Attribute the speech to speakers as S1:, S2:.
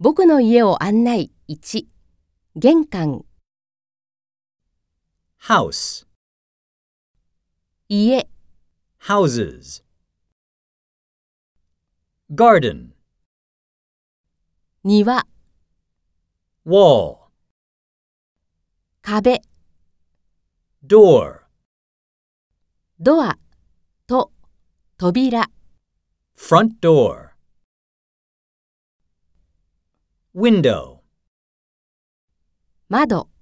S1: 僕の家を案内1玄関
S2: house,
S1: 家
S2: houses. Garden,
S1: 庭
S2: wall,
S1: 壁
S2: door,
S1: ドアと扉
S2: front door. Window,
S1: 窓